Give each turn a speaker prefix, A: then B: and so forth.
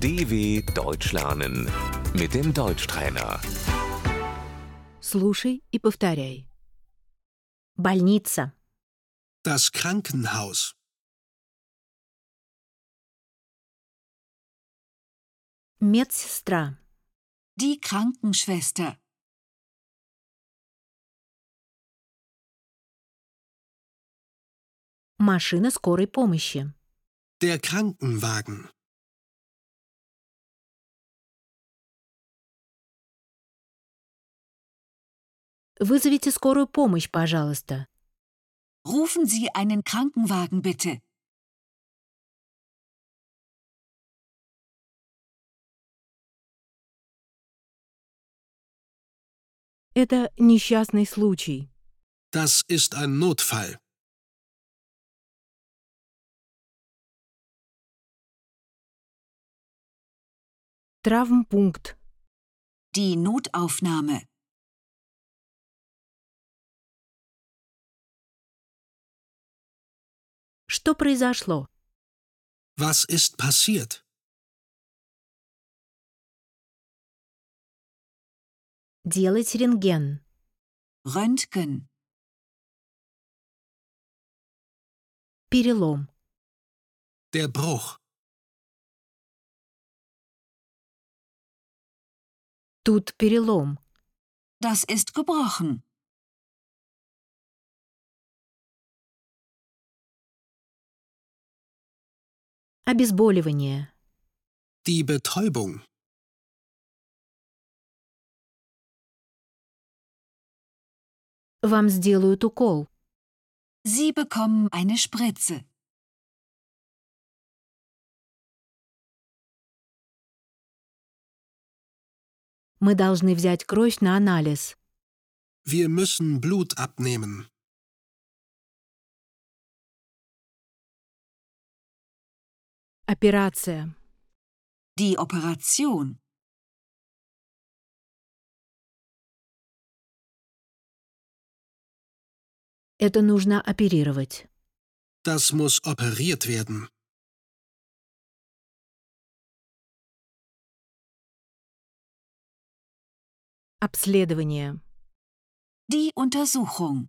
A: DW Deutsch lernen mit dem Deutschtrainer.
B: Слушай и повторяй. Больница.
C: Das Krankenhaus.
B: Медсестра.
D: Die Krankenschwester.
B: Машина скорой помощи.
C: Der Krankenwagen.
B: Вызовите скорую помощь, пожалуйста.
D: Rufen Sie einen Krankenwagen bitte.
B: Это несчастный случай.
C: Das ist ein Notfall.
B: Травмпункт.
D: Die Notaufnahme.
B: Что произошло?
C: Was ist passiert?
B: Делать рентген.
D: Röntgen.
B: Перелом.
C: Der Bruch.
B: Тут перелом.
D: Das ist gebrochen.
B: Обезболивание.
C: Die Betäubung.
B: Вам сделают укол.
D: Sie bekommen eine Spritze.
B: Мы должны взять кровь на анализ.
C: Wir müssen Blut abnehmen.
B: Операция.
D: Die Operation.
B: Это нужно оперировать.
C: Das muss operiert werden.
B: Обследование.
D: Die Untersuchung.